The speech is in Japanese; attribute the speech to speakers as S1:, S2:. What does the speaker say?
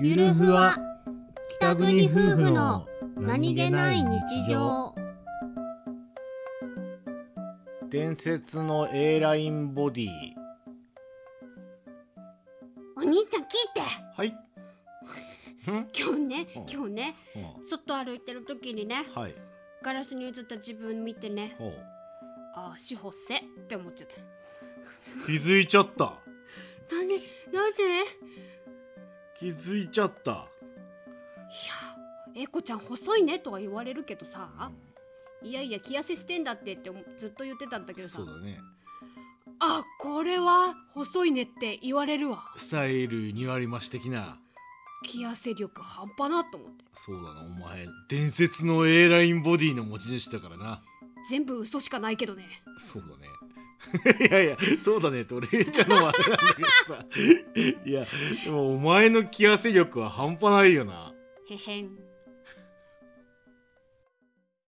S1: ゆるふわ北国夫婦の伝説の A ラインボディ
S2: お兄ちゃん聞いて
S1: はいん
S2: 今日ね
S1: うん
S2: 今日ね外歩いてる時にね
S1: うんはい
S2: ガラスに映った自分見てね
S1: ほう
S2: ああ足発せって思っちゃった
S1: 気づいちゃった
S2: なんでなんでね
S1: 気づいちゃった
S2: いやエコちゃん細いねとは言われるけどさいやいや気痩せしてんだってってずっと言ってたんだけどさ
S1: そうだね
S2: あこれは細いねって言われるわ
S1: スタイル2割増し的な
S2: 気痩せ力半端なと思って
S1: そうだなお前伝説の A ラインボディの持ち主だからな
S2: 全部嘘しかないけどね
S1: そうだね いやいやそうだねって俺言っちゃうのもあれなんだけどさいやでもお前の気痩せ力は半端ないよな
S2: へへん